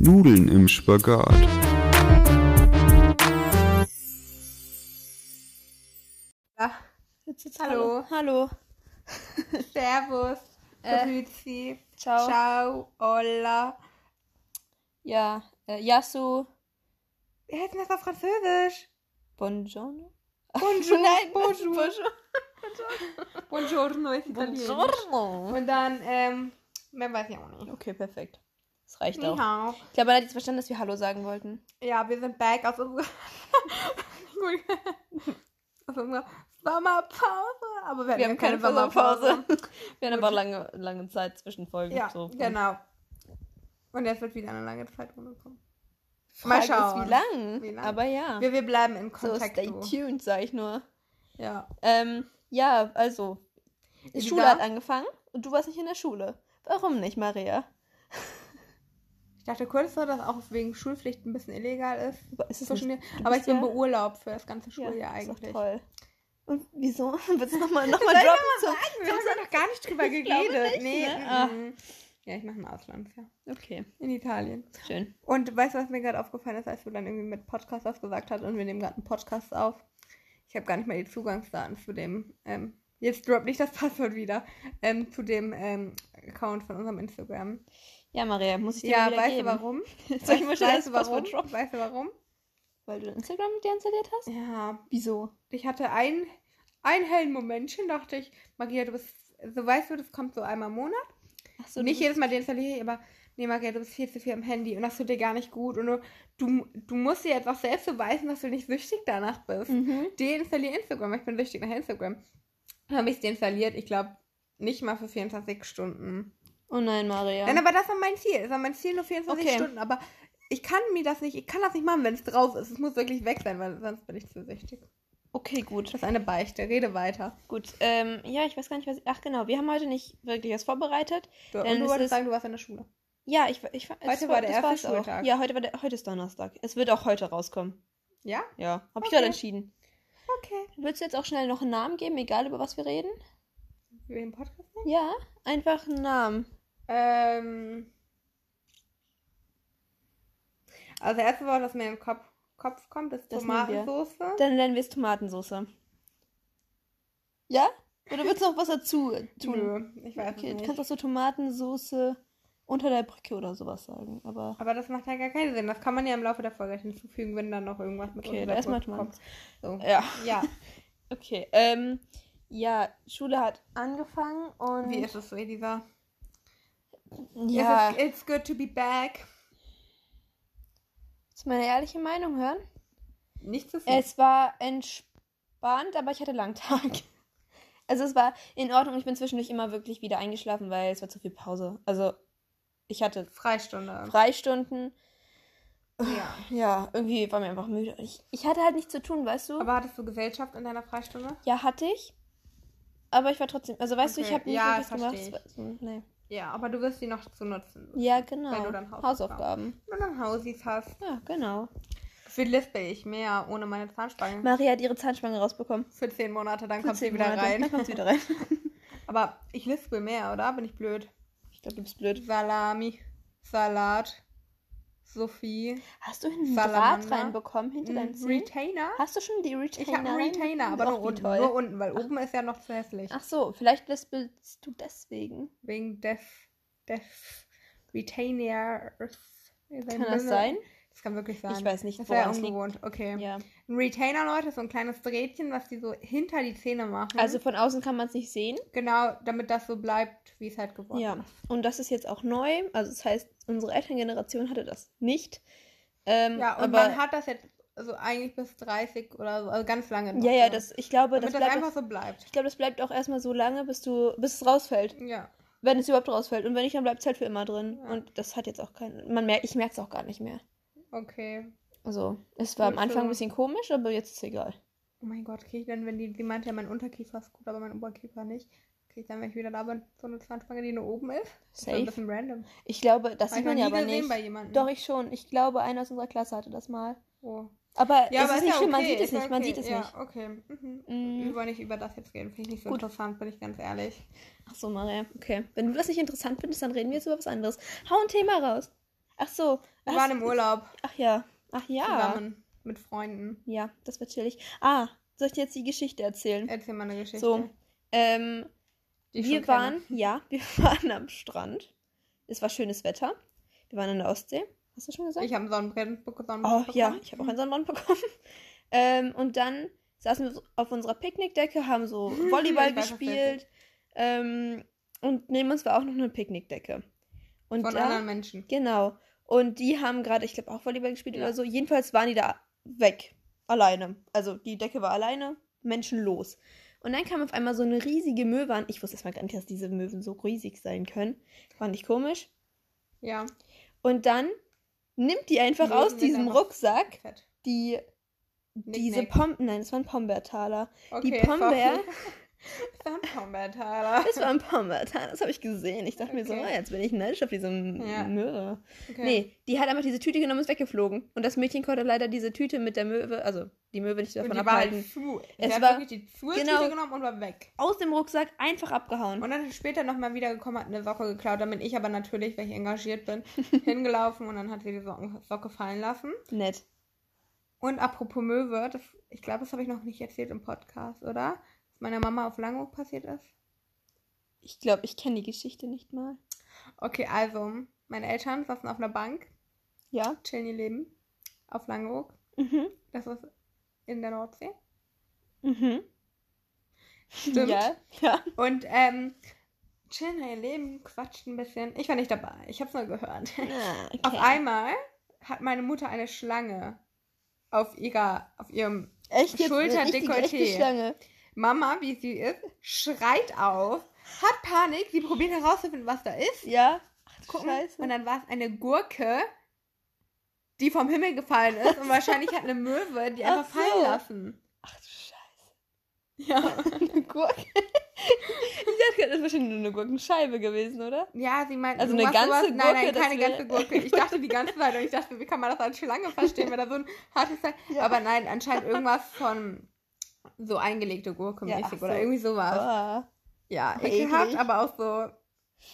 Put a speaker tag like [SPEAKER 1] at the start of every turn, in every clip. [SPEAKER 1] Nudeln im Spagat.
[SPEAKER 2] Hallo.
[SPEAKER 3] Hallo.
[SPEAKER 2] Servus.
[SPEAKER 3] Äh.
[SPEAKER 2] Grüezi.
[SPEAKER 3] Ciao.
[SPEAKER 2] Ciao. Hola.
[SPEAKER 3] Ja. Äh, Yasu.
[SPEAKER 2] Wie heißt denn das auf Französisch?
[SPEAKER 3] Buongiorno.
[SPEAKER 2] Bonjour.
[SPEAKER 3] Nein,
[SPEAKER 2] Bonjour.
[SPEAKER 3] Bonjour.
[SPEAKER 2] Buongiorno ist Italienisch.
[SPEAKER 3] Buongiorno.
[SPEAKER 2] Und dann, ähm, mehr weiß ich auch nicht.
[SPEAKER 3] Okay, perfekt. Das reicht
[SPEAKER 2] Ni
[SPEAKER 3] auch.
[SPEAKER 2] hao.
[SPEAKER 3] Ich glaube, man hat jetzt verstanden, dass wir Hallo sagen wollten.
[SPEAKER 2] Ja, wir sind back aus unserer, aus unserer Sommerpause. Aber wir,
[SPEAKER 3] Wir haben keine Sommerpause. Wir haben aber lange, lange Zeit zwischen Folgen.
[SPEAKER 2] Ja,
[SPEAKER 3] so.
[SPEAKER 2] genau. Und jetzt wird wieder eine lange Zeit rumgekommen.
[SPEAKER 3] Frage
[SPEAKER 2] Mal schauen.
[SPEAKER 3] Ist, wie, lang.
[SPEAKER 2] Wie lang.
[SPEAKER 3] Aber ja.
[SPEAKER 2] Wir, wir bleiben in
[SPEAKER 3] So,
[SPEAKER 2] Kontakt.
[SPEAKER 3] stay tuned, sag ich nur.
[SPEAKER 2] Ja.
[SPEAKER 3] Ähm, ja, also. Die
[SPEAKER 2] Wie
[SPEAKER 3] Schule
[SPEAKER 2] war-
[SPEAKER 3] hat angefangen und du warst nicht in der Schule. Warum nicht, Maria?
[SPEAKER 2] Ich dachte kurz so, dass auch wegen Schulpflicht ein bisschen illegal ist.
[SPEAKER 3] Aber ist es
[SPEAKER 2] zwischen
[SPEAKER 3] nicht-
[SPEAKER 2] mir.
[SPEAKER 3] du
[SPEAKER 2] Aber ich
[SPEAKER 3] bist
[SPEAKER 2] bin
[SPEAKER 3] ja-
[SPEAKER 2] beurlaubt für das ganze
[SPEAKER 3] Ja,
[SPEAKER 2] Schuljahr
[SPEAKER 3] ist doch
[SPEAKER 2] eigentlich.
[SPEAKER 3] toll. Und wieso? Willst du nochmal noch mal
[SPEAKER 2] Soll ich
[SPEAKER 3] droppen? Zum...
[SPEAKER 2] Wir haben da noch gar nicht drüber
[SPEAKER 3] Ich glaube
[SPEAKER 2] geredet.
[SPEAKER 3] nicht,
[SPEAKER 2] nee.
[SPEAKER 3] ne?
[SPEAKER 2] mm,
[SPEAKER 3] Ah.
[SPEAKER 2] mm. Ja, ich mache ein Auslandsjahr.
[SPEAKER 3] Okay,
[SPEAKER 2] In Italien.
[SPEAKER 3] schön.
[SPEAKER 2] Und weißt du, was mir gerade aufgefallen ist, als du dann irgendwie mit Podcast was gesagt hast und wir nehmen gerade einen Podcast auf? Ich habe gar nicht mal die Zugangsdaten zu dem, ähm, jetzt drop nicht das Passwort wieder, ähm, zu dem ähm, Account von unserem Instagram.
[SPEAKER 3] Ja, Maria, muss ich dir mal
[SPEAKER 2] Ja,
[SPEAKER 3] wieder
[SPEAKER 2] weißt du
[SPEAKER 3] geben.
[SPEAKER 2] warum?
[SPEAKER 3] Soll ich mal schnell
[SPEAKER 2] weißt
[SPEAKER 3] das
[SPEAKER 2] du
[SPEAKER 3] Passwort
[SPEAKER 2] warum?
[SPEAKER 3] droppen?
[SPEAKER 2] Weißt du warum?
[SPEAKER 3] Weil du Instagram mit dir installiert hast?
[SPEAKER 2] Ja,
[SPEAKER 3] Wieso?
[SPEAKER 2] ich hatte ein, einen hellen Momentchen, dachte ich, Maria, du bist, so weißt du, das kommt so einmal im Monat.
[SPEAKER 3] Ach so,
[SPEAKER 2] nicht
[SPEAKER 3] du...
[SPEAKER 2] jedes Mal deinstalliere ich, aber nee, Maria, du bist viel zu viel am Handy und das tut dir gar nicht gut. Und du, du, du musst dir jetzt auch selbst beweisen, dass du nicht süchtig danach bist.
[SPEAKER 3] Mhm.
[SPEAKER 2] Deinstalliere Instagram, ich bin süchtig nach Instagram. Dann habe ich es deinstalliert, ich glaube, nicht mal für 24 Stunden.
[SPEAKER 3] Oh nein, Maria.
[SPEAKER 2] Nein, aber das war mein Ziel. Das war mein Ziel, nur 24
[SPEAKER 3] Okay.
[SPEAKER 2] Stunden. Aber ich kann mir das nicht, ich kann das nicht machen, wenn es drauf ist. Es muss wirklich weg sein, weil sonst bin ich zu süchtig.
[SPEAKER 3] Okay, gut.
[SPEAKER 2] Das ist eine Beichte, rede weiter.
[SPEAKER 3] Gut. Ähm, ja, ich weiß gar nicht, was. Ach genau, wir haben heute nicht wirklich was vorbereitet.
[SPEAKER 2] Du,
[SPEAKER 3] Dann
[SPEAKER 2] und du
[SPEAKER 3] ist
[SPEAKER 2] wolltest
[SPEAKER 3] es-
[SPEAKER 2] sagen, du warst in der Schule.
[SPEAKER 3] Ja, ich, ich Heute
[SPEAKER 2] war der erste Schultag.
[SPEAKER 3] Ja, heute war der, heute ist Donnerstag. Es wird auch heute rauskommen.
[SPEAKER 2] Ja?
[SPEAKER 3] Ja, habe ich
[SPEAKER 2] Okay.
[SPEAKER 3] gerade entschieden.
[SPEAKER 2] Okay.
[SPEAKER 3] Willst du jetzt auch schnell noch einen Namen geben, egal über was wir reden?
[SPEAKER 2] Wir den Podcast nehmen?
[SPEAKER 3] Ja, einfach einen Namen.
[SPEAKER 2] Ähm. Also, das erste Wort, das mir im Kopf, Kopf kommt, ist
[SPEAKER 3] Das nehmen wir.
[SPEAKER 2] Tomatensoße.
[SPEAKER 3] Dann nennen wir es Tomatensauce. Ja? Oder willst du noch was dazu tun?
[SPEAKER 2] Nö, Hm, ich weiß
[SPEAKER 3] okay,
[SPEAKER 2] es
[SPEAKER 3] du
[SPEAKER 2] nicht.
[SPEAKER 3] kannst auch so Tomatensauce unter der Brücke oder sowas sagen, aber
[SPEAKER 2] Aber das macht ja gar keinen Sinn. Das kann man ja im Laufe der Folge hinzufügen, wenn dann noch irgendwas mit
[SPEAKER 3] Okay,
[SPEAKER 2] unserem
[SPEAKER 3] da erstmal
[SPEAKER 2] Podcast kommt. So.
[SPEAKER 3] ja.
[SPEAKER 2] Ja,
[SPEAKER 3] Okay, ähm ja, Schule hat angefangen und
[SPEAKER 2] wie ist es so, Elisa?
[SPEAKER 3] ja,
[SPEAKER 2] It's, it's good to be back.
[SPEAKER 3] willst du meine ehrliche Meinung hören?
[SPEAKER 2] Nicht zu viel.
[SPEAKER 3] Es war entspannt, aber ich hatte langen Tag. Also es war in Ordnung. Ich bin zwischendurch immer wirklich wieder eingeschlafen, weil es war zu viel Pause. Also ich hatte
[SPEAKER 2] Freistunde.
[SPEAKER 3] Freistunden.
[SPEAKER 2] ja.
[SPEAKER 3] Ja, irgendwie war mir einfach müde. Ich, ich hatte halt nichts zu tun, weißt du?
[SPEAKER 2] Aber hattest du Gesellschaft in deiner Freistunde?
[SPEAKER 3] ja, hatte ich. Aber ich war trotzdem. Also weißt du, ich
[SPEAKER 2] Okay,
[SPEAKER 3] habe nicht
[SPEAKER 2] ja,
[SPEAKER 3] wirklich was gemacht.
[SPEAKER 2] versteh
[SPEAKER 3] Es war- hm, Nee.
[SPEAKER 2] Ja, aber du wirst sie noch zu nutzen.
[SPEAKER 3] Ja, genau.
[SPEAKER 2] Wenn du dann Hausaufgaben- Mhm.
[SPEAKER 3] Hausaufgaben.
[SPEAKER 2] Wenn du dann Hausis hast.
[SPEAKER 3] Ja, genau.
[SPEAKER 2] Für lispel ich mehr ohne meine Zahnspange.
[SPEAKER 3] Maria hat ihre Zahnspange rausbekommen.
[SPEAKER 2] Für 10 Monate, dann kommt sie
[SPEAKER 3] 14
[SPEAKER 2] wieder
[SPEAKER 3] Monate. Dann
[SPEAKER 2] rein.
[SPEAKER 3] kommt sie wieder rein.
[SPEAKER 2] Aber ich lispel mehr, oder? Bin ich blöd.
[SPEAKER 3] Ich glaube, du bist blöd.
[SPEAKER 2] Salami, Salat, Sophie,
[SPEAKER 3] Hast du einen
[SPEAKER 2] Salamander.
[SPEAKER 3] Draht reinbekommen hinter deinen
[SPEAKER 2] ein
[SPEAKER 3] Zähnen?
[SPEAKER 2] Retainer.
[SPEAKER 3] Hast du schon die Retainer?
[SPEAKER 2] Ich habe einen Retainer, aber
[SPEAKER 3] Ach,
[SPEAKER 2] nur
[SPEAKER 3] wie
[SPEAKER 2] unten,
[SPEAKER 3] toll.
[SPEAKER 2] nur unten, weil oben ist ja noch zu hässlich.
[SPEAKER 3] Ach so, vielleicht lispelst du deswegen.
[SPEAKER 2] Wegen des, des Retainers.
[SPEAKER 3] Kann das sein?
[SPEAKER 2] Das kann wirklich sein.
[SPEAKER 3] Ich weiß nicht,
[SPEAKER 2] Das wäre ja
[SPEAKER 3] woran es liegt.
[SPEAKER 2] ungewohnt. Mhm. Okay.
[SPEAKER 3] Ja.
[SPEAKER 2] Ein Retainer, Leute, ist so ein kleines Drähtchen, was die so hinter die Zähne machen.
[SPEAKER 3] Also von außen kann man es nicht sehen.
[SPEAKER 2] Genau, damit das so bleibt, wie es halt geworden
[SPEAKER 3] Ja.
[SPEAKER 2] ist.
[SPEAKER 3] Und das ist jetzt auch neu. Also das heißt, unsere Elterngeneration hatte das nicht. Ähm,
[SPEAKER 2] Ja, und
[SPEAKER 3] aber,
[SPEAKER 2] man hat das jetzt so eigentlich bis 30 oder so, also ganz lange noch.
[SPEAKER 3] Ja, ja, das, ich glaube, das
[SPEAKER 2] damit das,
[SPEAKER 3] bleibt,
[SPEAKER 2] einfach so bleibt.
[SPEAKER 3] ich glaube, das bleibt auch erstmal so lange, bis du, bis es rausfällt.
[SPEAKER 2] Ja.
[SPEAKER 3] Wenn es überhaupt rausfällt. Und wenn nicht, dann bleibt es halt für immer drin.
[SPEAKER 2] Ja.
[SPEAKER 3] Und das hat jetzt auch keinen. Man merkt, ich merke es auch gar nicht mehr.
[SPEAKER 2] Okay.
[SPEAKER 3] Also, es war am
[SPEAKER 2] Gut so.
[SPEAKER 3] Anfang ein bisschen komisch, aber jetzt ist es egal.
[SPEAKER 2] Oh mein Gott, kriege ich dann, wenn die, sie meinte ja, mein Unterkiefer ist gut, aber mein Oberkiefer nicht, kriege ich dann, wenn ich wieder da bin, so eine Zahnspange, die nur oben ist? Das ist so ein
[SPEAKER 3] Safe.
[SPEAKER 2] bisschen random.
[SPEAKER 3] Ich glaube, das
[SPEAKER 2] Hab
[SPEAKER 3] sieht
[SPEAKER 2] ich
[SPEAKER 3] man
[SPEAKER 2] noch
[SPEAKER 3] ja
[SPEAKER 2] nie
[SPEAKER 3] aber
[SPEAKER 2] gesehen
[SPEAKER 3] nicht.
[SPEAKER 2] bei jemandem.
[SPEAKER 3] Doch, ich schon. Ich glaube, einer aus unserer Klasse hatte das mal.
[SPEAKER 2] Oh.
[SPEAKER 3] Aber
[SPEAKER 2] Ja,
[SPEAKER 3] es
[SPEAKER 2] aber
[SPEAKER 3] ist nicht
[SPEAKER 2] ja
[SPEAKER 3] schlimm, man
[SPEAKER 2] okay,
[SPEAKER 3] sieht es
[SPEAKER 2] ist ja
[SPEAKER 3] nicht, man
[SPEAKER 2] okay.
[SPEAKER 3] sieht es
[SPEAKER 2] ja,
[SPEAKER 3] nicht.
[SPEAKER 2] okay. Mhm.
[SPEAKER 3] Mm.
[SPEAKER 2] Wir wollen nicht über das jetzt reden, finde ich nicht so
[SPEAKER 3] Gut.
[SPEAKER 2] interessant, bin ich ganz ehrlich.
[SPEAKER 3] Ach so, Maria, okay. Wenn du das nicht interessant findest, dann reden wir jetzt über was anderes. Hau ein Thema raus. Ach so.
[SPEAKER 2] Wir
[SPEAKER 3] Ach,
[SPEAKER 2] waren im Urlaub
[SPEAKER 3] Ach ja. Ach ja.
[SPEAKER 2] zusammen mit Freunden.
[SPEAKER 3] Ja, das war chillig. Ah, soll ich dir jetzt die Geschichte erzählen?
[SPEAKER 2] Erzähl mal eine Äh, Geschichte.
[SPEAKER 3] so. Ähm,
[SPEAKER 2] die ich schon
[SPEAKER 3] wir
[SPEAKER 2] kenne.
[SPEAKER 3] waren, ja, wir waren am Strand. Es war schönes Wetter. Wir waren in der Ostsee. Hast du schon gesagt?
[SPEAKER 2] Ich habe Sonnenbrand bekommen.
[SPEAKER 3] Oh ja, ich habe auch einen Sonnenbrand bekommen. Ähm, und dann saßen wir so auf unserer Picknickdecke, haben so Volleyball
[SPEAKER 2] Ich weiß, was du
[SPEAKER 3] gespielt. Ähm, und neben uns war auch noch eine Picknickdecke. Und
[SPEAKER 2] Von
[SPEAKER 3] da,
[SPEAKER 2] anderen Menschen.
[SPEAKER 3] genau. Und die haben gerade, ich glaube, auch Volleyball gespielt
[SPEAKER 2] Ja.
[SPEAKER 3] oder so. Jedenfalls waren die da weg. Alleine. Also die Decke war alleine, menschenlos. Und dann kam auf einmal so eine riesige Möwe an. Ich wusste erstmal gar nicht, dass diese Möwen so riesig sein können. Fand ich komisch.
[SPEAKER 2] Ja.
[SPEAKER 3] Und dann nimmt die einfach
[SPEAKER 2] Möwen
[SPEAKER 3] aus
[SPEAKER 2] sind
[SPEAKER 3] diesem
[SPEAKER 2] einfach
[SPEAKER 3] Rucksack
[SPEAKER 2] Fett.
[SPEAKER 3] die diese
[SPEAKER 2] Nick.
[SPEAKER 3] Pom nein, das war ein Pombertaler.
[SPEAKER 2] Okay,
[SPEAKER 3] die
[SPEAKER 2] es war-
[SPEAKER 3] Pombeer.
[SPEAKER 2] Es war ein Pombeer-Taler.
[SPEAKER 3] Das war ein Pombertaler, das habe ich gesehen. Ich dachte mir so,
[SPEAKER 2] Okay.
[SPEAKER 3] oh, jetzt bin ich neidisch auf diese
[SPEAKER 2] Ja.
[SPEAKER 3] Möwe.
[SPEAKER 2] Okay.
[SPEAKER 3] Nee, die hat einfach diese Tüte genommen und ist weggeflogen. Und das Mädchen konnte leider diese Tüte mit der Möwe, also die Möwe nicht davon
[SPEAKER 2] und die war
[SPEAKER 3] abhalten.
[SPEAKER 2] halt zu.
[SPEAKER 3] Es
[SPEAKER 2] Es hat
[SPEAKER 3] war-
[SPEAKER 2] wirklich die Schultüte
[SPEAKER 3] genau.
[SPEAKER 2] genommen und war weg.
[SPEAKER 3] Aus dem Rucksack einfach abgehauen.
[SPEAKER 2] Und dann ist später nochmal wiedergekommen, hat eine Socke geklaut. Dann bin ich aber natürlich, weil ich engagiert bin, hingelaufen und dann hat sie die Socken- Socke fallen lassen.
[SPEAKER 3] Nett.
[SPEAKER 2] Und apropos Möwe, das, ich glaube, das habe ich noch nicht erzählt im Podcast, oder? Was meiner Mama auf Langhoek passiert ist.
[SPEAKER 3] Ich glaube, ich kenne die Geschichte nicht mal.
[SPEAKER 2] Okay, also, meine Eltern saßen auf einer Bank,
[SPEAKER 3] Ja?
[SPEAKER 2] chillen ihr Leben, auf Langhoek.
[SPEAKER 3] Mhm.
[SPEAKER 2] Das ist in der Nordsee.
[SPEAKER 3] Mhm.
[SPEAKER 2] Stimmt.
[SPEAKER 3] Ja. Ja.
[SPEAKER 2] Und ähm, chillen ihr Leben, quatschen ein bisschen. Ich war nicht dabei, ich habe es nur gehört.
[SPEAKER 3] Ah, okay.
[SPEAKER 2] Auf einmal hat meine Mutter eine Schlange auf ihrer, auf ihrem
[SPEAKER 3] echt jetzt, eine richtige,
[SPEAKER 2] Schulterdekolleté.
[SPEAKER 3] echte Schlange.
[SPEAKER 2] Mama, wie sie ist, schreit auf, hat Panik, sie probiert herauszufinden, was da ist.
[SPEAKER 3] Ja. Ach, du
[SPEAKER 2] Gucken,
[SPEAKER 3] Scheiße.
[SPEAKER 2] und dann war es eine Gurke, die vom Himmel gefallen ist und wahrscheinlich hat eine Möwe die
[SPEAKER 3] Ach
[SPEAKER 2] einfach
[SPEAKER 3] so.
[SPEAKER 2] fallen lassen.
[SPEAKER 3] Ach du Scheiße.
[SPEAKER 2] Ja.
[SPEAKER 3] Eine Gurke. Ich dachte, gerade, das ist wahrscheinlich nur eine Gurkenscheibe gewesen, oder?
[SPEAKER 2] Ja, sie meint,
[SPEAKER 3] Also eine ganze
[SPEAKER 2] nein, nein,
[SPEAKER 3] Gurke,
[SPEAKER 2] keine
[SPEAKER 3] das
[SPEAKER 2] ganze
[SPEAKER 3] wär-
[SPEAKER 2] Gurke. Ich dachte die ganze Zeit, und ich dachte, wie kann man das als Schlange verstehen, wenn da so ein hartes Teil.
[SPEAKER 3] Ja.
[SPEAKER 2] Aber nein, anscheinend irgendwas von so eingelegte Gurke
[SPEAKER 3] Ja, ach
[SPEAKER 2] mäßig
[SPEAKER 3] so.
[SPEAKER 2] oder irgendwie sowas.
[SPEAKER 3] Ah.
[SPEAKER 2] Ja,
[SPEAKER 3] Ach,
[SPEAKER 2] ekelhaft,
[SPEAKER 3] eklig.
[SPEAKER 2] aber auch so.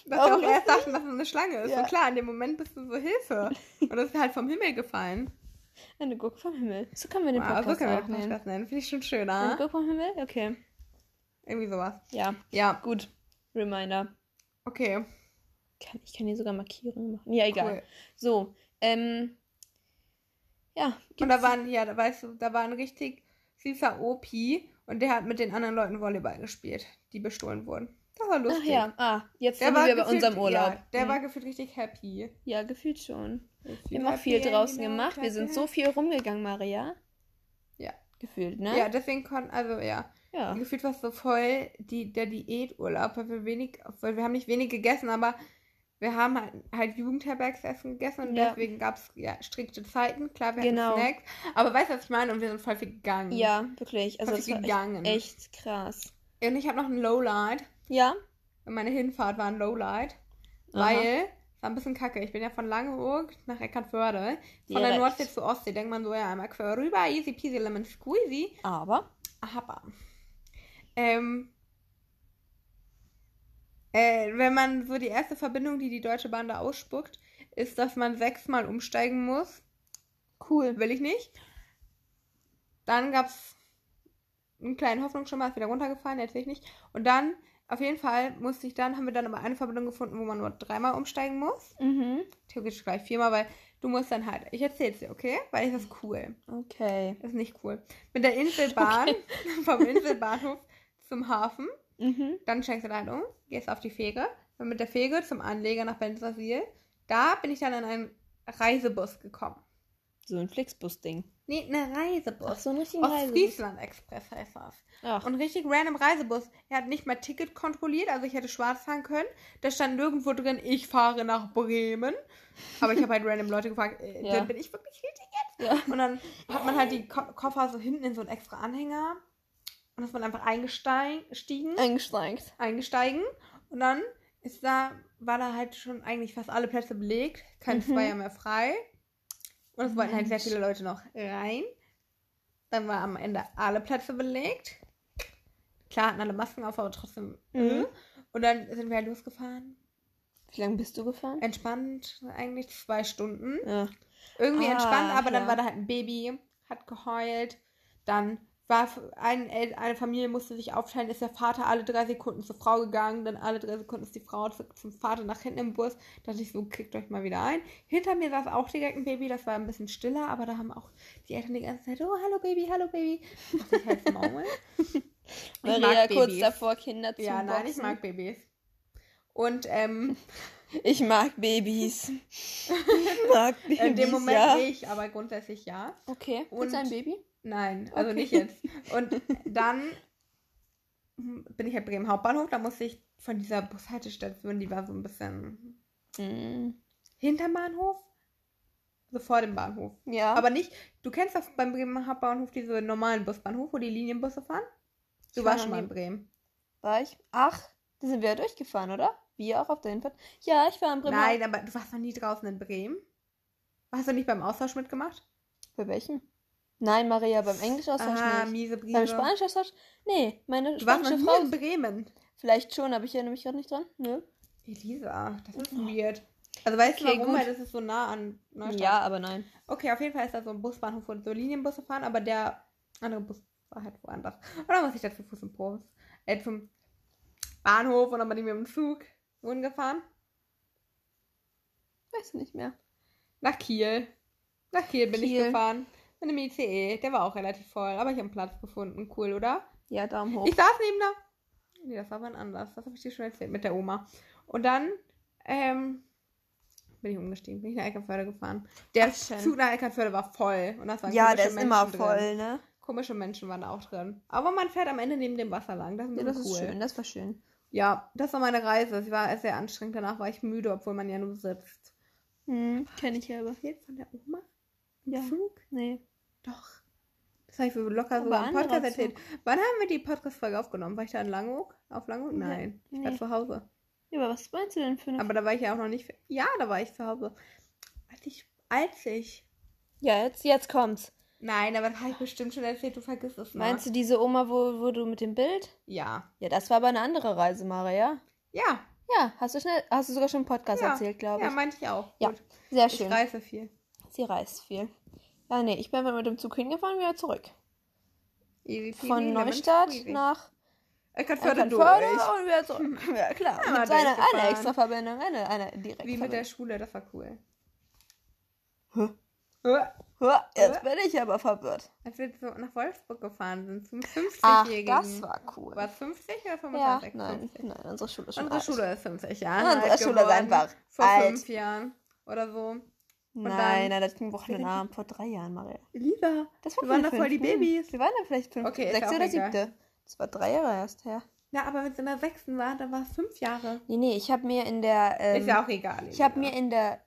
[SPEAKER 2] Dass
[SPEAKER 3] Aber
[SPEAKER 2] wir auch erst dachten, dass es eine Schlange ist.
[SPEAKER 3] Ja.
[SPEAKER 2] So klar, in dem Moment bist du so Hilfe. Und das ist halt vom Himmel gefallen.
[SPEAKER 3] Eine Gurke vom Himmel. So können wir den
[SPEAKER 2] Ah,
[SPEAKER 3] Podcast
[SPEAKER 2] so können wir
[SPEAKER 3] auch
[SPEAKER 2] den
[SPEAKER 3] nennen.
[SPEAKER 2] Podcast nennen. Finde ich schon
[SPEAKER 3] Eine
[SPEAKER 2] schöner.
[SPEAKER 3] Gurke vom Himmel? Okay.
[SPEAKER 2] Irgendwie sowas.
[SPEAKER 3] Ja,
[SPEAKER 2] Ja,
[SPEAKER 3] gut. Reminder.
[SPEAKER 2] okay.
[SPEAKER 3] Kann, ich kann hier sogar Markierungen machen. Ja, egal.
[SPEAKER 2] Cool.
[SPEAKER 3] So, ähm. Ja.
[SPEAKER 2] Und da waren, ja, da weißt du, da war ein richtig süßer OP und der hat mit den anderen Leuten Volleyball gespielt, die bestohlen wurden. Das war
[SPEAKER 3] Ach
[SPEAKER 2] lustig.
[SPEAKER 3] ja, ah, jetzt
[SPEAKER 2] Der
[SPEAKER 3] sind
[SPEAKER 2] war
[SPEAKER 3] wir bei
[SPEAKER 2] gefühlt-
[SPEAKER 3] unserem Urlaub.
[SPEAKER 2] Ja, der
[SPEAKER 3] Mhm.
[SPEAKER 2] war gefühlt richtig happy.
[SPEAKER 3] ja, gefühlt schon. Wir
[SPEAKER 2] Richtig
[SPEAKER 3] haben auch viel
[SPEAKER 2] happy,
[SPEAKER 3] draußen
[SPEAKER 2] genau,
[SPEAKER 3] gemacht. Wir sind so
[SPEAKER 2] happy.
[SPEAKER 3] viel rumgegangen, Maria.
[SPEAKER 2] Ja.
[SPEAKER 3] Gefühlt, ne?
[SPEAKER 2] Ja, deswegen konnten, also ja,
[SPEAKER 3] Ja.
[SPEAKER 2] Gefühlt war es so voll die, der Diäturlaub, weil wir wenig, weil wir haben nicht wenig gegessen, aber wir haben halt, halt Jugendherbergsessen gegessen und
[SPEAKER 3] Ja.
[SPEAKER 2] deswegen gab es ja, strikte Zeiten, klar, wir
[SPEAKER 3] Genau.
[SPEAKER 2] hatten Snacks, aber weißt du, was ich meine? Und wir sind voll viel gegangen.
[SPEAKER 3] Ja, wirklich. Also,
[SPEAKER 2] Mhm. Voll
[SPEAKER 3] das
[SPEAKER 2] viel ne?
[SPEAKER 3] war echt,
[SPEAKER 2] gegangen.
[SPEAKER 3] echt krass.
[SPEAKER 2] Und ich habe noch ein Lowlight,
[SPEAKER 3] Ja?
[SPEAKER 2] und meine Hinfahrt war ein Lowlight,
[SPEAKER 3] Aha.
[SPEAKER 2] weil, es war ein bisschen kacke, ich bin ja von Langeoog nach Eckernförde, von der
[SPEAKER 3] Direkt.
[SPEAKER 2] Nordsee zur Ostsee, denkt man so, ja, einmal quer rüber, easy peasy lemon squeezy,
[SPEAKER 3] Aber.
[SPEAKER 2] Aber ähm, äh, wenn man so die erste Verbindung, die die Deutsche Bahn da ausspuckt, ist, dass man sechsmal umsteigen muss. Cool. Will ich nicht. Dann gab es einen kleinen Hoffnungsschimmer, ist wieder runtergefallen, erzähl ich nicht. Und dann, auf jeden Fall, musste ich dann, haben wir dann aber eine Verbindung gefunden, wo man nur dreimal umsteigen muss.
[SPEAKER 3] Mhm.
[SPEAKER 2] Theoretisch gleich viermal, weil du musst dann halt, ich erzähl's dir, okay? Weil ich das cool.
[SPEAKER 3] Okay.
[SPEAKER 2] Das ist nicht cool. Mit der Inselbahn, vom Inselbahnhof zum Hafen,
[SPEAKER 3] Mhm.
[SPEAKER 2] dann steigst du dann um, gehst auf die Fähre, dann mit der Fähre zum Anleger nach Bensersiel. Da bin ich dann in einen Reisebus gekommen.
[SPEAKER 3] So ein Flixbus-Ding.
[SPEAKER 2] Nee, eine Reisebus.
[SPEAKER 3] so ein richtiger
[SPEAKER 2] Ostfriesland Express heißt das.
[SPEAKER 3] Ach,
[SPEAKER 2] Und richtig random Reisebus. Er hat nicht mal Ticket kontrolliert, also ich hätte schwarz fahren können. Da stand nirgendwo drin, ich fahre nach Bremen. Aber ich habe halt random Leute gefragt, äh,
[SPEAKER 3] Ja.
[SPEAKER 2] dann bin ich wirklich richtig jetzt?
[SPEAKER 3] Ja.
[SPEAKER 2] Und dann hat man halt die Ko Koffer so hinten in so einen extra Anhänger. Und ist man einfach eingestiegen,
[SPEAKER 3] eingesteigt.
[SPEAKER 2] eingesteigen. Und dann ist da, war da halt schon eigentlich fast alle Plätze belegt. Kein
[SPEAKER 3] Mhm.
[SPEAKER 2] Zweier mehr frei. Und es wollten halt sehr
[SPEAKER 3] Mensch.
[SPEAKER 2] viele Leute noch rein. Dann war am Ende alle Plätze belegt. Klar hatten alle Masken auf, aber trotzdem. äh.
[SPEAKER 3] Mhm.
[SPEAKER 2] Und dann sind wir halt losgefahren.
[SPEAKER 3] Wie lange bist du gefahren?
[SPEAKER 2] Entspannt eigentlich zwei Stunden.
[SPEAKER 3] Ja.
[SPEAKER 2] Irgendwie
[SPEAKER 3] Ah,
[SPEAKER 2] entspannt, aber dann
[SPEAKER 3] ja.
[SPEAKER 2] war da halt ein Baby, hat geheult. Dann war f- ein, El- eine Familie musste sich aufteilen, ist der Vater alle drei Sekunden zur Frau gegangen, dann alle drei Sekunden ist die Frau zu- zum Vater nach hinten im Bus. Dachte ich so, kriegt euch mal wieder ein. Hinter mir saß auch direkt ein Baby, das war ein bisschen stiller, aber da haben auch die Eltern die ganze Zeit, oh, hallo Baby, hallo Baby. Dachte ich halt Maul. Ich
[SPEAKER 3] Maria
[SPEAKER 2] mag
[SPEAKER 3] kurz
[SPEAKER 2] Babys.
[SPEAKER 3] davor, Kinder zu
[SPEAKER 2] Ja, nein, ich
[SPEAKER 3] boxen.
[SPEAKER 2] mag Babys. Und ähm,
[SPEAKER 3] Ich mag Babys. ich mag Babys.
[SPEAKER 2] in dem Moment
[SPEAKER 3] ja.
[SPEAKER 2] nicht, aber grundsätzlich ja.
[SPEAKER 3] Okay,
[SPEAKER 2] Und-
[SPEAKER 3] und ein Baby?
[SPEAKER 2] Nein, also
[SPEAKER 3] Okay.
[SPEAKER 2] nicht jetzt. Und dann bin ich halt Bremen Hauptbahnhof, da musste ich von dieser Bushaltestation, die war so ein bisschen
[SPEAKER 3] Mhm.
[SPEAKER 2] hinterm Bahnhof, so vor dem Bahnhof.
[SPEAKER 3] Ja.
[SPEAKER 2] Aber nicht, du kennst doch beim Bremen Hauptbahnhof diese normalen Busbahnhof, wo die Linienbusse fahren? Du
[SPEAKER 3] Ich war
[SPEAKER 2] warst
[SPEAKER 3] noch
[SPEAKER 2] schon mal
[SPEAKER 3] nie-
[SPEAKER 2] in Bremen.
[SPEAKER 3] War ich? Ach, da sind wir ja durchgefahren, oder? Wir auch auf der Hinfahrt. Ja, ich war in Bremen.
[SPEAKER 2] Nein, aber du warst noch nie draußen in Bremen. Hast du nicht beim Austausch mitgemacht?
[SPEAKER 3] Bei welchem? Nein, Maria, beim Englisch-Austausch
[SPEAKER 2] ah,
[SPEAKER 3] nicht.
[SPEAKER 2] miese
[SPEAKER 3] Beim
[SPEAKER 2] Brise.
[SPEAKER 3] Spanisch-Austausch? Nee, meine
[SPEAKER 2] Du warst noch
[SPEAKER 3] spanische
[SPEAKER 2] nie in
[SPEAKER 3] Frau.
[SPEAKER 2] Bremen.
[SPEAKER 3] Vielleicht schon, aber ich erinnere mich gerade nicht dran. Nö.
[SPEAKER 2] Elisa, das ist weird. Also weißt du
[SPEAKER 3] Oh. Okay,
[SPEAKER 2] warum?
[SPEAKER 3] gut.
[SPEAKER 2] Weil das ist so nah an Neustadt.
[SPEAKER 3] Ja, aber nein.
[SPEAKER 2] Okay, auf jeden Fall ist da so ein Busbahnhof, wo so Linienbusse fahren, aber der andere Bus war halt woanders. Und dann muss ich da zu Fuß zum Bus, äh, zum Bahnhof und dann bin ich mit dem Zug runtergefahren.
[SPEAKER 3] Weiß nicht mehr.
[SPEAKER 2] Nach Kiel. Nach Kiel bin ich
[SPEAKER 3] Kiel.
[SPEAKER 2] gefahren. Mit dem ICE. Der war auch relativ voll, aber ich habe einen Platz gefunden. Cool, oder?
[SPEAKER 3] Ja, Daumen hoch.
[SPEAKER 2] Ich saß neben der. Nee, das war wann anders. Das habe ich dir schon erzählt mit der Oma. Und dann ähm, bin ich umgestiegen, bin ich nach Eckernförde gefahren. Der
[SPEAKER 3] Ach, schön.
[SPEAKER 2] Zug nach Eckernförde war voll. Und das waren
[SPEAKER 3] ja,
[SPEAKER 2] komische
[SPEAKER 3] der ist immer
[SPEAKER 2] Menschen
[SPEAKER 3] voll,
[SPEAKER 2] Drin.
[SPEAKER 3] ne?
[SPEAKER 2] Komische Menschen waren da auch drin. Aber man fährt am Ende neben dem Wasser lang. Das ist,
[SPEAKER 3] Ja, das
[SPEAKER 2] cool.
[SPEAKER 3] ist schön, das war schön.
[SPEAKER 2] Ja, das war meine Reise. Sie war sehr anstrengend. Danach war ich müde, obwohl man ja nur sitzt.
[SPEAKER 3] Hm, kenne ich ja aber.
[SPEAKER 2] Erzählt von der Oma? Im
[SPEAKER 3] Ja.
[SPEAKER 2] Zug?
[SPEAKER 3] Nee.
[SPEAKER 2] Doch. Das habe ich wohl locker so
[SPEAKER 3] Aber
[SPEAKER 2] im
[SPEAKER 3] anderer
[SPEAKER 2] Podcast
[SPEAKER 3] Zug.
[SPEAKER 2] erzählt. Wann haben wir die Podcast-Folge aufgenommen? War ich da in Langhoek? Auf Langhoek?
[SPEAKER 3] Nee.
[SPEAKER 2] Nein. Ich war
[SPEAKER 3] Nee.
[SPEAKER 2] zu Hause.
[SPEAKER 3] Ja, aber was meinst du denn für eine.
[SPEAKER 2] Aber da war ich ja auch noch nicht. Ja, da war ich zu Hause. Als ich. Als ich.
[SPEAKER 3] ja, jetzt, jetzt kommt's.
[SPEAKER 2] Nein, aber das habe ich bestimmt schon erzählt, du vergisst es mal.
[SPEAKER 3] Meinst du ne? diese Oma, wo, wo du mit dem Bild?
[SPEAKER 2] Ja.
[SPEAKER 3] Ja, das war aber eine andere Reise, Maria.
[SPEAKER 2] Ja,
[SPEAKER 3] Ja, hast du schnell, hast du sogar schon im Podcast
[SPEAKER 2] Ja,
[SPEAKER 3] erzählt, glaube
[SPEAKER 2] ja,
[SPEAKER 3] ich.
[SPEAKER 2] meinte ich auch.
[SPEAKER 3] Ja,
[SPEAKER 2] Gut.
[SPEAKER 3] Sehr
[SPEAKER 2] Ich
[SPEAKER 3] schön.
[SPEAKER 2] reise viel.
[SPEAKER 3] Sie reist viel. Ja, nee, ich bin mit dem Zug hingefahren, wieder zurück.
[SPEAKER 2] Easy peasy,
[SPEAKER 3] Von
[SPEAKER 2] lemon
[SPEAKER 3] Neustadt
[SPEAKER 2] squeezy.
[SPEAKER 3] nach
[SPEAKER 2] Eckernförde
[SPEAKER 3] Eckernförde
[SPEAKER 2] durch.
[SPEAKER 3] und wieder zurück. Hm, Ja, klar.
[SPEAKER 2] Ja,
[SPEAKER 3] Mit einer,
[SPEAKER 2] durchgefahren.
[SPEAKER 3] eine extra Verbindung, eine, eine direkt.
[SPEAKER 2] Wie mit der Schule, das war cool.
[SPEAKER 3] Hä?
[SPEAKER 2] Hä?
[SPEAKER 3] Jetzt bin ich aber verwirrt.
[SPEAKER 2] Als wir so nach Wolfsburg gefahren sind, zum
[SPEAKER 3] Ach,
[SPEAKER 2] 50-Jährigen.
[SPEAKER 3] das war cool.
[SPEAKER 2] War es 50 oder
[SPEAKER 3] ja,
[SPEAKER 2] 25?
[SPEAKER 3] nein,
[SPEAKER 2] 50.
[SPEAKER 3] nein, unsere Schule ist schon
[SPEAKER 2] Unsere
[SPEAKER 3] alt.
[SPEAKER 2] Schule ist 50 Jahre
[SPEAKER 3] Unsere
[SPEAKER 2] alt
[SPEAKER 3] Schule ist
[SPEAKER 2] geworden.
[SPEAKER 3] einfach
[SPEAKER 2] Vor
[SPEAKER 3] alt.
[SPEAKER 2] fünf Jahren oder so. dann-
[SPEAKER 3] Nein, nein, das ging Wochenende
[SPEAKER 2] Wir sind-
[SPEAKER 3] nach, vor drei Jahren, Maria.
[SPEAKER 2] Lieber.
[SPEAKER 3] Das
[SPEAKER 2] Wir waren
[SPEAKER 3] keine
[SPEAKER 2] doch voll
[SPEAKER 3] fünf,
[SPEAKER 2] die
[SPEAKER 3] hm.
[SPEAKER 2] Babys.
[SPEAKER 3] Wir waren da vielleicht fünf,
[SPEAKER 2] Okay, ist ja
[SPEAKER 3] sechs
[SPEAKER 2] auch
[SPEAKER 3] oder
[SPEAKER 2] egal.
[SPEAKER 3] siebte. Das war drei Jahre erst her.
[SPEAKER 2] Na, aber wenn es in der sechsten war, dann war es fünf Jahre.
[SPEAKER 3] Nee, nee, ich habe mir in der. Ähm,
[SPEAKER 2] ist ja auch egal.
[SPEAKER 3] Ich habe
[SPEAKER 2] Elisa.
[SPEAKER 3] mir in der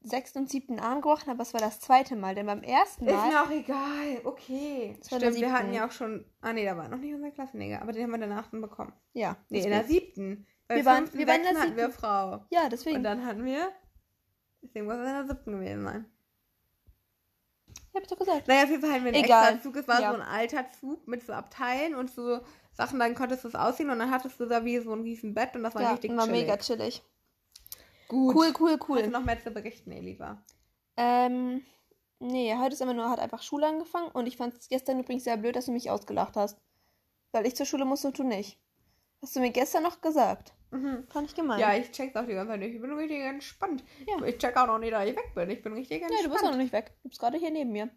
[SPEAKER 3] sechsten und siebten Arm gebrochen, aber es war das zweite Mal, denn beim ersten
[SPEAKER 2] Ist
[SPEAKER 3] Mal.
[SPEAKER 2] mir auch egal. Okay.
[SPEAKER 3] Das war in der
[SPEAKER 2] Stimmt, wir hatten
[SPEAKER 3] siebten.
[SPEAKER 2] ja auch schon. Ah, nee, da war noch nicht unser Klassenlehrer, aber den haben wir danach dann bekommen.
[SPEAKER 3] Ja,
[SPEAKER 2] Nee,
[SPEAKER 3] das
[SPEAKER 2] in der
[SPEAKER 3] geht.
[SPEAKER 2] siebten. Bei
[SPEAKER 3] Wir waren-
[SPEAKER 2] fünften,
[SPEAKER 3] wir waren in der
[SPEAKER 2] sechsten hatten wir
[SPEAKER 3] siebten.
[SPEAKER 2] Frau.
[SPEAKER 3] ja,
[SPEAKER 2] Und
[SPEAKER 3] deswegen.
[SPEAKER 2] dann hatten wir. Deswegen muss es in der siebten gewesen sein.
[SPEAKER 3] hab ich doch gesagt.
[SPEAKER 2] Naja, auf jeden Fall hatten wir einen
[SPEAKER 3] Egal.
[SPEAKER 2] extra Zug. Es war
[SPEAKER 3] Ja.
[SPEAKER 2] so ein alter Zug mit so Abteilen und so Sachen, dann konntest du es ausziehen und dann hattest du da wie so ein riesen Bett und das war
[SPEAKER 3] ja,
[SPEAKER 2] richtig
[SPEAKER 3] war
[SPEAKER 2] chillig.
[SPEAKER 3] mega chillig.
[SPEAKER 2] Gut.
[SPEAKER 3] Cool, cool,
[SPEAKER 2] Hast du
[SPEAKER 3] cool.
[SPEAKER 2] noch mehr zu berichten, Eliva?
[SPEAKER 3] Ähm, nee, heute ist immer nur, hat einfach Schule angefangen und ich fand es gestern übrigens sehr blöd, dass du mich ausgelacht hast. Weil ich zur Schule muss und du nicht. Hast du mir gestern noch gesagt.
[SPEAKER 2] Mhm.
[SPEAKER 3] Fand ich gemein.
[SPEAKER 2] Ja, ich check's auch die ganze Zeit nicht. Ich bin richtig entspannt.
[SPEAKER 3] Ja.
[SPEAKER 2] Ich check auch noch nicht, dass ich weg bin. Ich bin richtig
[SPEAKER 3] nee,
[SPEAKER 2] entspannt.
[SPEAKER 3] du bist auch noch nicht weg. Du bist gerade hier neben mir.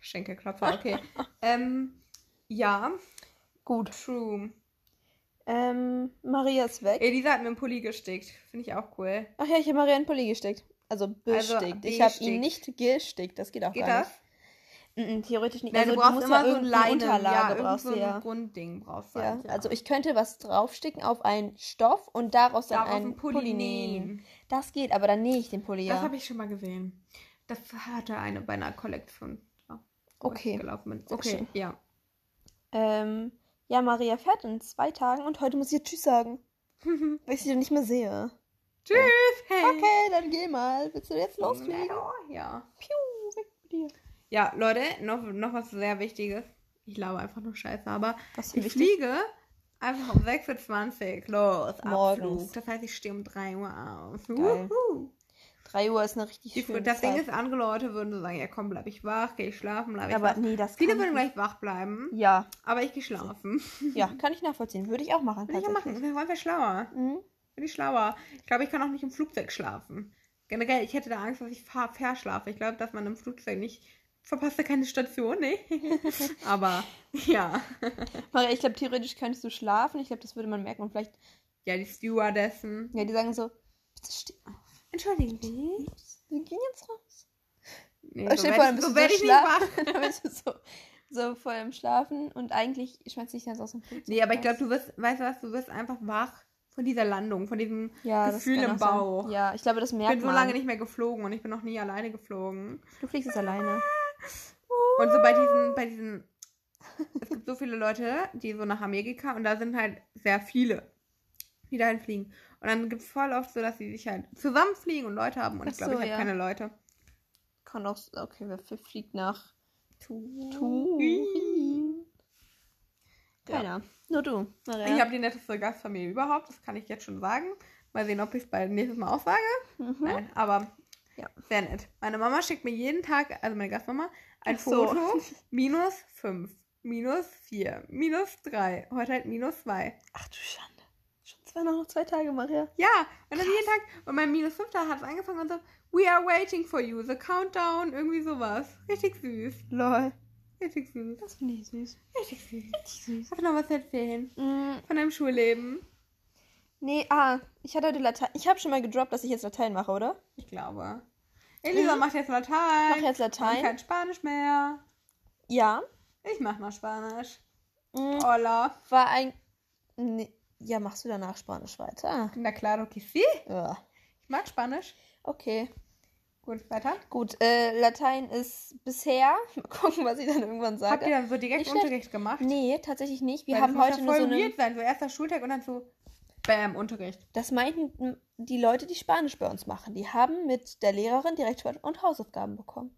[SPEAKER 2] Schenkelklopfer, okay. ähm, ja,
[SPEAKER 3] Gut.
[SPEAKER 2] true.
[SPEAKER 3] Ähm, Maria ist weg.
[SPEAKER 2] Elisa hat mir einen Pulli gestickt. Finde ich auch cool.
[SPEAKER 3] Ach ja, ich habe Maria einen Pulli gestickt. Also bestickt. ich habe
[SPEAKER 2] bestickt.
[SPEAKER 3] ihn nicht gestickt. Das geht auch
[SPEAKER 2] Geht
[SPEAKER 3] gar
[SPEAKER 2] das?
[SPEAKER 3] nicht. Mhm, theoretisch nicht.
[SPEAKER 2] Nein,
[SPEAKER 3] also
[SPEAKER 2] du brauchst
[SPEAKER 3] musst
[SPEAKER 2] immer
[SPEAKER 3] ja
[SPEAKER 2] so ein
[SPEAKER 3] irgendeine
[SPEAKER 2] Leinen. ja,
[SPEAKER 3] Unterlage
[SPEAKER 2] irgend
[SPEAKER 3] brauchst
[SPEAKER 2] so
[SPEAKER 3] du
[SPEAKER 2] ein
[SPEAKER 3] ja.
[SPEAKER 2] Grundding brauchst du.
[SPEAKER 3] Ja,
[SPEAKER 2] eigentlich,
[SPEAKER 3] also ich könnte was draufsticken auf einen Stoff und daraus dann
[SPEAKER 2] Darauf
[SPEAKER 3] einen
[SPEAKER 2] einen Pulli
[SPEAKER 3] nähen.
[SPEAKER 2] nähen.
[SPEAKER 3] Das geht, aber dann nähe ich den Pulli
[SPEAKER 2] Das
[SPEAKER 3] ja.
[SPEAKER 2] habe ich schon mal gesehen. Das hatte eine bei einer Kollektion. Ja, wo ich
[SPEAKER 3] Okay.
[SPEAKER 2] Gelaufen bin.
[SPEAKER 3] Sehr
[SPEAKER 2] Okay,
[SPEAKER 3] schön.
[SPEAKER 2] ja.
[SPEAKER 3] Ähm, ja, Maria fährt in zwei Tagen und heute muss ich ihr Tschüss sagen,
[SPEAKER 2] Tschüss.
[SPEAKER 3] weil ich sie dann nicht mehr sehe.
[SPEAKER 2] Hey.
[SPEAKER 3] Okay, dann geh mal. Willst du jetzt losfliegen?
[SPEAKER 2] Ja.
[SPEAKER 3] Piu, weg mit dir.
[SPEAKER 2] Ja, Leute, noch, noch was sehr Wichtiges. Ich laber einfach nur Scheiße, aber
[SPEAKER 3] Was für
[SPEAKER 2] ich
[SPEAKER 3] wichtig.
[SPEAKER 2] fliege Einfach um 6.20 Uhr. Los,
[SPEAKER 3] Morgens.
[SPEAKER 2] Abflug. Das heißt, ich stehe um 3 Uhr auf.
[SPEAKER 3] Geil.
[SPEAKER 2] Wuhu.
[SPEAKER 3] 3 Uhr ist eine richtig
[SPEAKER 2] Die,
[SPEAKER 3] schöne
[SPEAKER 2] das
[SPEAKER 3] Zeit.
[SPEAKER 2] Ding ist, andere Leute würden so sagen, ja komm, bleib ich wach, geh ich schlafen, bleib ich
[SPEAKER 3] aber
[SPEAKER 2] wach.
[SPEAKER 3] nee, das
[SPEAKER 2] Viele
[SPEAKER 3] kann
[SPEAKER 2] würden
[SPEAKER 3] ich nicht.
[SPEAKER 2] gleich wach bleiben,
[SPEAKER 3] Ja,
[SPEAKER 2] aber ich geh schlafen.
[SPEAKER 3] ja, kann ich nachvollziehen. Würde ich auch machen.
[SPEAKER 2] Würde ich ja machen. Wir waren ja schlauer.
[SPEAKER 3] tatsächlich. Mhm.
[SPEAKER 2] Bin ich schlauer. Ich glaube, ich kann auch nicht im Flugzeug schlafen. Generell, ich hätte da Angst, dass ich fahr- verschlafe. Ich glaube, dass man im Flugzeug nicht verpasst ja keine Station, ne? aber ja.
[SPEAKER 3] Maria, ich glaube, theoretisch könntest du schlafen. Ich glaube, das würde man merken. Und vielleicht,
[SPEAKER 2] Ja, die Stewardessen.
[SPEAKER 3] ja, die sagen so, bitte steh auf,
[SPEAKER 2] Entschuldigen Sie.
[SPEAKER 3] wir gehen jetzt raus.
[SPEAKER 2] Nee,
[SPEAKER 3] Und
[SPEAKER 2] so
[SPEAKER 3] Oh, stell dir
[SPEAKER 2] werd
[SPEAKER 3] vor, dann
[SPEAKER 2] ich-
[SPEAKER 3] bist
[SPEAKER 2] so
[SPEAKER 3] du
[SPEAKER 2] werd
[SPEAKER 3] so
[SPEAKER 2] ich nicht
[SPEAKER 3] schlafen.
[SPEAKER 2] wach.
[SPEAKER 3] Dann bist du so, so voll im Schlafen und eigentlich schmeißt du dich dann so aus dem Flugzeug.
[SPEAKER 2] Nee, aber ich
[SPEAKER 3] raus.
[SPEAKER 2] glaube, du wirst, weißt du was, du wirst einfach wach von dieser Landung, von diesem
[SPEAKER 3] ja,
[SPEAKER 2] Gefühl
[SPEAKER 3] kann
[SPEAKER 2] im
[SPEAKER 3] auch sein.
[SPEAKER 2] Bauch.
[SPEAKER 3] Ja, ich glaube, das
[SPEAKER 2] Ich
[SPEAKER 3] merkt
[SPEAKER 2] bin so
[SPEAKER 3] man.
[SPEAKER 2] lange nicht mehr geflogen und ich bin noch nie alleine geflogen.
[SPEAKER 3] Du fliegst jetzt alleine.
[SPEAKER 2] Und so bei diesen, bei diesen, es gibt so viele Leute, die so nach Amerika und da sind halt sehr viele, die dahin fliegen. Und dann gibt es voll oft so, dass sie sich halt zusammenfliegen und Leute haben und ich
[SPEAKER 3] Ach
[SPEAKER 2] glaube,
[SPEAKER 3] so,
[SPEAKER 2] ich habe
[SPEAKER 3] ja.
[SPEAKER 2] keine Leute.
[SPEAKER 3] Kann auch, okay, wer fliegt nach
[SPEAKER 2] Turin.
[SPEAKER 3] Turin? Keiner. Nur du, Maria.
[SPEAKER 2] Ich habe die netteste Gastfamilie überhaupt, das kann ich jetzt schon sagen. Mal sehen, ob ich es bei nächstes Mal auch sage.
[SPEAKER 3] mhm.
[SPEAKER 2] Nein, aber
[SPEAKER 3] Ja.
[SPEAKER 2] sehr nett. Meine Mama schickt mir jeden Tag, also meine Gastmama, ein
[SPEAKER 3] Ach so.
[SPEAKER 2] Foto. Minus 5, minus 4, minus 3. Heute halt minus 2.
[SPEAKER 3] Ach du Schande. Schon zwei, noch zwei Tage, Maria.
[SPEAKER 2] Ja, und dann jeden Tag. Und mein minus 5 Tag hat es angefangen und so, we are waiting for you, the countdown, irgendwie sowas. Richtig süß.
[SPEAKER 3] Lol.
[SPEAKER 2] Richtig süß.
[SPEAKER 3] Das finde ich süß.
[SPEAKER 2] Richtig süß.
[SPEAKER 3] Richtig süß.
[SPEAKER 2] Hast du noch was zu erzählen?
[SPEAKER 3] Mm,
[SPEAKER 2] Von deinem Schulleben?
[SPEAKER 3] nee, ah, ich hatte heute Latein. Ich habe schon mal gedroppt, dass ich jetzt Latein mache, oder?
[SPEAKER 2] Ich glaube. Elisa
[SPEAKER 3] Mhm.
[SPEAKER 2] macht jetzt Latein.
[SPEAKER 3] Ich mache jetzt
[SPEAKER 2] Und
[SPEAKER 3] Latein.
[SPEAKER 2] kein Spanisch mehr.
[SPEAKER 3] Ja.
[SPEAKER 2] Ich mach noch Spanisch.
[SPEAKER 3] Mm,
[SPEAKER 2] Hola.
[SPEAKER 3] war ein. Nee. Ja, machst du danach Spanisch weiter?
[SPEAKER 2] Na claro que sí.
[SPEAKER 3] Ja.
[SPEAKER 2] Ich mag Spanisch.
[SPEAKER 3] Okay.
[SPEAKER 2] Gut, weiter.
[SPEAKER 3] Gut, äh, Latein ist bisher. Mal gucken, was ich dann irgendwann
[SPEAKER 2] Habt ihr
[SPEAKER 3] sage.
[SPEAKER 2] dann so direkt
[SPEAKER 3] Nicht schlecht.
[SPEAKER 2] Unterricht gemacht?
[SPEAKER 3] Nee, tatsächlich nicht. Wir
[SPEAKER 2] Weil
[SPEAKER 3] haben
[SPEAKER 2] das muss
[SPEAKER 3] heute
[SPEAKER 2] ja
[SPEAKER 3] nur
[SPEAKER 2] voll
[SPEAKER 3] so eine.
[SPEAKER 2] weird sein, so erster Schultag und dann so Bam, Unterricht.
[SPEAKER 3] Das meinten die Leute, die Spanisch bei uns machen. Die haben mit der Lehrerin direkt Spanisch und Hausaufgaben bekommen.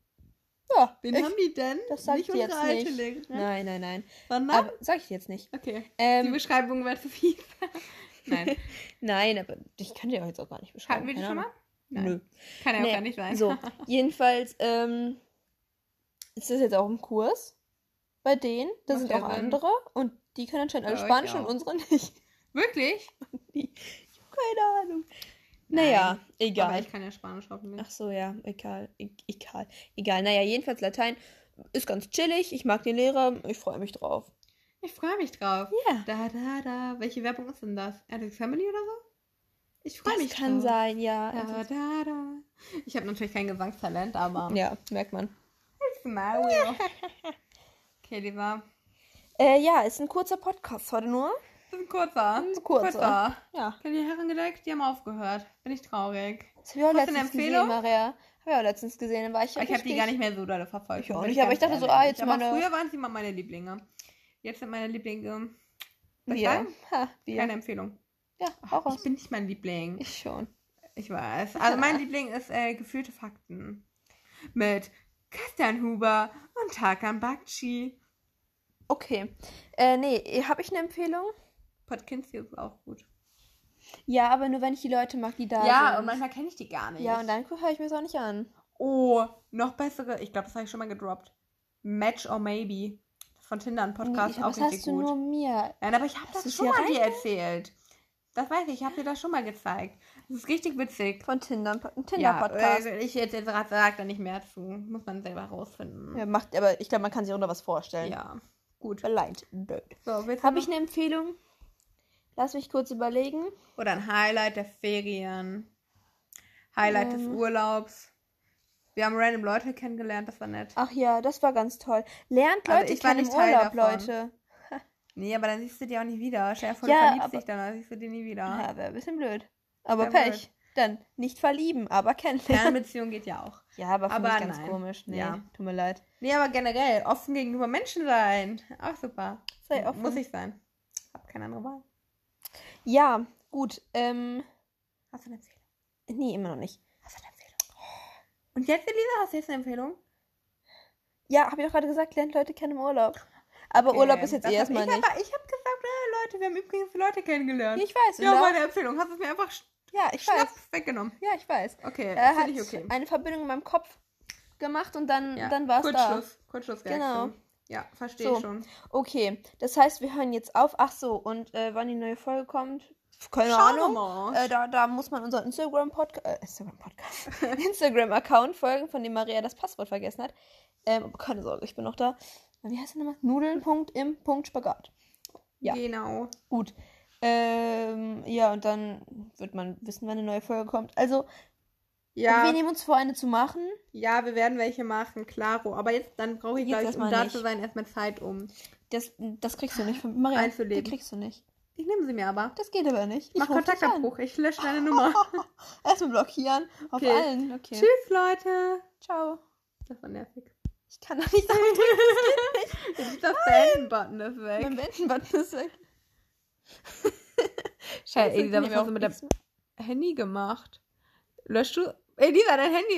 [SPEAKER 3] Ja.
[SPEAKER 2] Wen
[SPEAKER 3] ich-
[SPEAKER 2] haben die denn?
[SPEAKER 3] das sagt
[SPEAKER 2] nicht
[SPEAKER 3] ihr
[SPEAKER 2] unsere
[SPEAKER 3] jetzt
[SPEAKER 2] alte
[SPEAKER 3] nicht.
[SPEAKER 2] Lehrerin.
[SPEAKER 3] Nein, nein, nein.
[SPEAKER 2] Sondern?
[SPEAKER 3] Aber sag ich dir jetzt nicht.
[SPEAKER 2] okay. Die
[SPEAKER 3] Ähm,
[SPEAKER 2] Beschreibung war zu viel. Nein.
[SPEAKER 3] nein, aber ich kann dir auch jetzt auch gar nicht beschreiben.
[SPEAKER 2] Hatten wir die
[SPEAKER 3] keine
[SPEAKER 2] schon mal?
[SPEAKER 3] Ahnung. Nö.
[SPEAKER 2] Kann ja
[SPEAKER 3] Nee,
[SPEAKER 2] auch gar nicht sein.
[SPEAKER 3] So, jedenfalls ähm, ist das jetzt auch im Kurs bei denen. Da
[SPEAKER 2] Macht
[SPEAKER 3] sind
[SPEAKER 2] ja
[SPEAKER 3] auch
[SPEAKER 2] Sinn.
[SPEAKER 3] andere und die können anscheinend alle
[SPEAKER 2] Bei euch
[SPEAKER 3] Spanisch und
[SPEAKER 2] auch.
[SPEAKER 3] unsere nicht.
[SPEAKER 2] Wirklich?
[SPEAKER 3] Ich hab keine Ahnung. Naja,
[SPEAKER 2] Aber
[SPEAKER 3] egal.
[SPEAKER 2] ich kann ja Spanisch ne? hoffentlich.
[SPEAKER 3] Ach so, ja, egal. E egal. Egal. Naja, jedenfalls Latein ist ganz chillig. Ich mag den Lehrer. Ich freue mich drauf.
[SPEAKER 2] Ich freue mich drauf.
[SPEAKER 3] Ja.
[SPEAKER 2] Da, da, da. Welche Werbung ist denn das? Addict Family oder so? Ich freue
[SPEAKER 3] Das
[SPEAKER 2] mich
[SPEAKER 3] kann
[SPEAKER 2] drauf.
[SPEAKER 3] sein, ja.
[SPEAKER 2] Da,
[SPEAKER 3] Also,
[SPEAKER 2] da, da. Ich habe natürlich kein Gesangstalent, aber.
[SPEAKER 3] ja, merkt man.
[SPEAKER 2] Mario. Okay, lieber.
[SPEAKER 3] Äh, ja, ist ein kurzer Podcast heute nur.
[SPEAKER 2] Das ist ein kurzer.
[SPEAKER 3] Ein kurzer.
[SPEAKER 2] kurzer.
[SPEAKER 3] Ja.
[SPEAKER 2] Okay, die Herren gedeckt, die haben aufgehört. Bin ich traurig.
[SPEAKER 3] Das habe ich auch
[SPEAKER 2] Hast du eine
[SPEAKER 3] letztens gesehen,
[SPEAKER 2] Empfehlung?
[SPEAKER 3] Maria. Habe ich auch letztens gesehen. Dann war ich, ja
[SPEAKER 2] ich habe die
[SPEAKER 3] richtig-
[SPEAKER 2] gar nicht mehr so dolle verfolgt.
[SPEAKER 3] Ich auch
[SPEAKER 2] bin
[SPEAKER 3] nicht, aber
[SPEAKER 2] ganz
[SPEAKER 3] ich dachte so,
[SPEAKER 2] ehrlich.
[SPEAKER 3] ah, jetzt
[SPEAKER 2] aber
[SPEAKER 3] meine-
[SPEAKER 2] Früher waren sie mal meine Lieblinge. Jetzt sind meine Lieblinge. Soll ich
[SPEAKER 3] Wir.
[SPEAKER 2] sagen?
[SPEAKER 3] Ha, wir.
[SPEAKER 2] Keine Empfehlung.
[SPEAKER 3] Ja, auch
[SPEAKER 2] Ich
[SPEAKER 3] aus.
[SPEAKER 2] bin nicht mein Liebling.
[SPEAKER 3] Ich schon.
[SPEAKER 2] Ich weiß. Also mein Liebling ist äh, gefühlte Fakten. Mit Christian Huber und Tarkan Bakci.
[SPEAKER 3] Okay. Äh, nee, habe ich eine Empfehlung?
[SPEAKER 2] Podkinski ist auch gut.
[SPEAKER 3] Ja, aber nur wenn ich die Leute mag, die da sind.
[SPEAKER 2] ja, und manchmal kenne ich die gar nicht.
[SPEAKER 3] also- Ja, und dann höre ich mir es auch nicht an.
[SPEAKER 2] Oh, noch bessere. Ich glaube, das habe ich schon mal gedroppt. Match or Maybe. Von Tinder ein Podcast.
[SPEAKER 3] Oh, ich,
[SPEAKER 2] auch
[SPEAKER 3] das
[SPEAKER 2] richtig
[SPEAKER 3] hast du
[SPEAKER 2] gut.
[SPEAKER 3] nur mir.
[SPEAKER 2] Nein, aber ich habe
[SPEAKER 3] Hast
[SPEAKER 2] das
[SPEAKER 3] du's
[SPEAKER 2] schon
[SPEAKER 3] hier
[SPEAKER 2] mal dir erzählt. Das weiß ich. Ich habe dir das schon mal gezeigt. Das ist richtig witzig.
[SPEAKER 3] Von Tinder, ein Tinder-Podcast.
[SPEAKER 2] Ja, äh, ich jetzt sage da nicht mehr zu. Muss man selber rausfinden.
[SPEAKER 3] äh, Ja, macht, aber ich glaube, man kann sich unter was vorstellen.
[SPEAKER 2] Ja, Genau. gut.
[SPEAKER 3] Blind Date.
[SPEAKER 2] So, willst du
[SPEAKER 3] Habe
[SPEAKER 2] noch-
[SPEAKER 3] ich eine Empfehlung? Lass mich kurz überlegen.
[SPEAKER 2] Oder ein Highlight der Ferien. Highlight des
[SPEAKER 3] Ähm.
[SPEAKER 2] Urlaubs. Wir haben random Leute kennengelernt, das war nett.
[SPEAKER 3] Ach ja, das war ganz toll. Lernt
[SPEAKER 2] Also
[SPEAKER 3] Leute
[SPEAKER 2] ich war
[SPEAKER 3] kennen im
[SPEAKER 2] nicht Teil
[SPEAKER 3] Urlaub,
[SPEAKER 2] davon.
[SPEAKER 3] Leute.
[SPEAKER 2] Nee, aber dann siehst du die auch nicht wieder. Stell dir vor,
[SPEAKER 3] Ja,
[SPEAKER 2] du verliebst
[SPEAKER 3] aber-
[SPEAKER 2] dich dann, dann siehst du die nie wieder.
[SPEAKER 3] Ja, wäre ein bisschen blöd. Aber
[SPEAKER 2] Wär
[SPEAKER 3] Pech.
[SPEAKER 2] blöd.
[SPEAKER 3] Dann nicht verlieben, aber kennenlernen.
[SPEAKER 2] Fernbeziehung geht ja auch.
[SPEAKER 3] Ja, aber finde
[SPEAKER 2] Aber
[SPEAKER 3] ich ganz
[SPEAKER 2] nein.
[SPEAKER 3] komisch. Nee,
[SPEAKER 2] Ja.
[SPEAKER 3] tut mir leid.
[SPEAKER 2] Nee, aber generell, offen gegenüber Menschen sein. Auch super.
[SPEAKER 3] Sei offen.
[SPEAKER 2] Muss ich sein. Hab keine andere Wahl.
[SPEAKER 3] Ja, gut. Ähm,
[SPEAKER 2] Hast du eine Empfehlung?
[SPEAKER 3] nee, immer noch nicht.
[SPEAKER 2] Hast du eine Empfehlung? Und jetzt, Elisa, hast du jetzt eine Empfehlung?
[SPEAKER 3] Ja, habe ich doch gerade gesagt, lernt Leute kennen im Urlaub. Aber Urlaub
[SPEAKER 2] Okay,
[SPEAKER 3] ist jetzt
[SPEAKER 2] Ähm, das
[SPEAKER 3] eh
[SPEAKER 2] hab
[SPEAKER 3] erstmal
[SPEAKER 2] ich
[SPEAKER 3] nicht.
[SPEAKER 2] Aber ich habe gesagt, äh, Leute, wir haben übrigens Leute kennengelernt.
[SPEAKER 3] Ich weiß. und
[SPEAKER 2] ja,
[SPEAKER 3] da-
[SPEAKER 2] meine Empfehlung. Hast es mir einfach sch-
[SPEAKER 3] ja, ich
[SPEAKER 2] schnapp
[SPEAKER 3] weiß.
[SPEAKER 2] weggenommen.
[SPEAKER 3] Ja, ich weiß.
[SPEAKER 2] Okay,
[SPEAKER 3] Er hat
[SPEAKER 2] finde ich okay.
[SPEAKER 3] eine Verbindung in meinem Kopf gemacht und dann,
[SPEAKER 2] Ja,
[SPEAKER 3] dann war es da.
[SPEAKER 2] Kurzschluss. Kurzschlussreaktion.
[SPEAKER 3] Genau.
[SPEAKER 2] Ja, verstehe
[SPEAKER 3] So.
[SPEAKER 2] ich schon.
[SPEAKER 3] Okay, das heißt, wir hören jetzt auf. Ach so, und äh, wann die neue Folge kommt? Keine
[SPEAKER 2] Schauen wir
[SPEAKER 3] Ahnung.
[SPEAKER 2] mal.
[SPEAKER 3] Äh, da, da muss man unseren Instagram-Podcast, äh, Instagram-Podcast, Instagram-Account folgen, von dem Maria das Passwort vergessen hat. Ähm, aber keine Sorge, ich bin noch da. Wie heißt der nochmal? Nudeln.im.spagat. ja.
[SPEAKER 2] Genau.
[SPEAKER 3] Gut. Ähm, ja, und dann wird man wissen, wann eine neue Folge kommt. Also,
[SPEAKER 2] Ja.
[SPEAKER 3] wir nehmen uns vor, eine zu machen.
[SPEAKER 2] Ja, wir werden welche machen, klaro. Aber jetzt, dann brauche ich,
[SPEAKER 3] Jetzt
[SPEAKER 2] glaube ich, um
[SPEAKER 3] erstmal
[SPEAKER 2] da
[SPEAKER 3] nicht.
[SPEAKER 2] zu sein, erstmal Zeit um.
[SPEAKER 3] Das, das kriegst du nicht von Maria.
[SPEAKER 2] Einzuleben.
[SPEAKER 3] Das kriegst du nicht.
[SPEAKER 2] Ich nehme sie mir aber.
[SPEAKER 3] Das geht aber nicht. Ich
[SPEAKER 2] Mach
[SPEAKER 3] ruf dich an. Oh,
[SPEAKER 2] Kontaktabbruch. Ich lösche deine Nummer.
[SPEAKER 3] Erstmal blockieren. Auf
[SPEAKER 2] Okay.
[SPEAKER 3] allen. Okay.
[SPEAKER 2] Tschüss, Leute.
[SPEAKER 3] Ciao.
[SPEAKER 2] Das war nervig.
[SPEAKER 3] Ich kann da nicht sagen,
[SPEAKER 2] Jetzt ist das Beenden-Button ist
[SPEAKER 3] mein
[SPEAKER 2] weg.
[SPEAKER 3] Wendenbutton ist weg.
[SPEAKER 2] Scheiße, Elisa,
[SPEAKER 3] nehmen
[SPEAKER 2] was hast
[SPEAKER 3] wir
[SPEAKER 2] du
[SPEAKER 3] auch
[SPEAKER 2] mit dem
[SPEAKER 3] nichts
[SPEAKER 2] Handy gemacht? Löschst du? Elisa, dein Handy ist